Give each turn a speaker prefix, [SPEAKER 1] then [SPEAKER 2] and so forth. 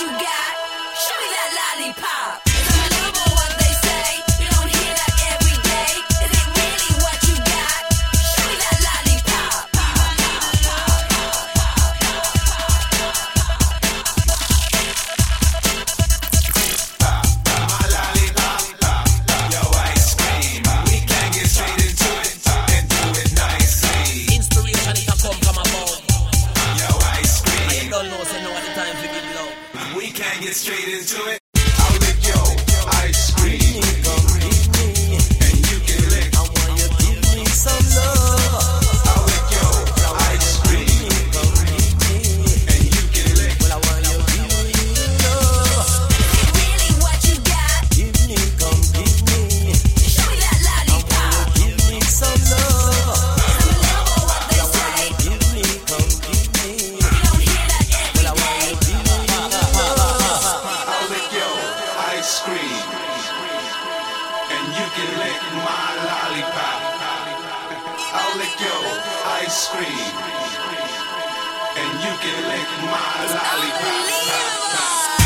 [SPEAKER 1] you got. Show me that lollipop. It's unbelievable what they say. You don't hear that every day. It ain't really what you got. Show me that lollipop.
[SPEAKER 2] Inspiration it a come from above. And you don't know, say no at the time to give love.
[SPEAKER 3] We can't get straight into it. I'll lick your ice cream. And you can lick. I'll lick your ice cream. And you can
[SPEAKER 1] It
[SPEAKER 3] lick.
[SPEAKER 1] ain't really what you got. Show me that lollipop. It's unbelievable what they say. You don't hear that every day.
[SPEAKER 3] I'll lick your ice cream. And you can lick my lollipop. I'll lick your ice cream. And you can lick my lollipop.
[SPEAKER 1] Unbelievable.